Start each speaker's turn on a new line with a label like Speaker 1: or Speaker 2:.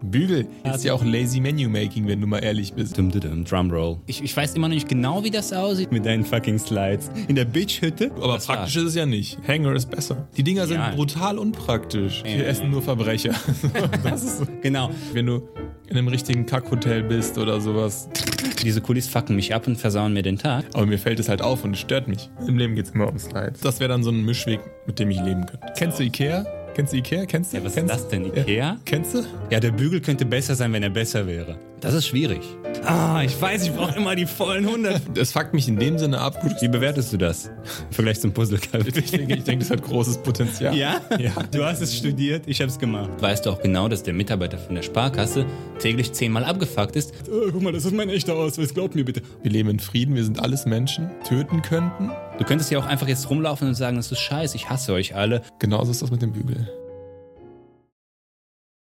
Speaker 1: Bügel. Ist ja auch lazy Menu Making, wenn du mal ehrlich bist.
Speaker 2: Dum, dum, dum, Drumroll.
Speaker 3: Ich, ich weiß immer noch nicht genau, wie das aussieht.
Speaker 2: Mit deinen fucking Slides. In der Bitchhütte.
Speaker 1: Aber praktisch ist es ja nicht. Hanger ist besser. Die Dinger
Speaker 3: Ja.
Speaker 1: sind brutal unpraktisch. Wir essen nur Verbrecher. das ist,
Speaker 3: Genau.
Speaker 1: wenn du in einem richtigen Kackhotel bist oder sowas.
Speaker 3: Diese Kulis fucken mich ab und versauen mir den Tag.
Speaker 1: Aber mir fällt es halt auf und es stört mich. Im Leben geht's immer um Slides. Das wäre dann so ein Mischweg, mit dem ich leben könnte. Kennst du Ikea? Kennst du Ikea? Kennst du?
Speaker 3: Ja, was
Speaker 1: Kennst
Speaker 3: ist das denn?
Speaker 1: Ja.
Speaker 3: Ikea?
Speaker 1: Kennst du?
Speaker 2: Ja, der Bügel könnte besser sein, wenn er besser wäre. Das ist schwierig. Ah, ich weiß, ich brauche immer die vollen 100.
Speaker 1: Das fuckt mich in dem Sinne ab. Gut,
Speaker 2: Wie bewertest du das? Im Vergleich zum puzzle
Speaker 1: ich denke, ich denke, das hat großes Potenzial.
Speaker 2: ja? ja? Du hast es studiert, ich hab's gemacht.
Speaker 3: Weißt du auch genau, dass der Mitarbeiter von der Sparkasse täglich zehnmal abgefuckt ist?
Speaker 2: Oh, guck mal, das ist mein echter Ausweis, glaub mir bitte.
Speaker 1: Wir leben in Frieden, wir sind alles Menschen. Töten könnten.
Speaker 3: Du könntest ja auch einfach jetzt rumlaufen und sagen, das ist scheiße, ich hasse euch alle.
Speaker 1: Genauso ist das mit dem Bügel.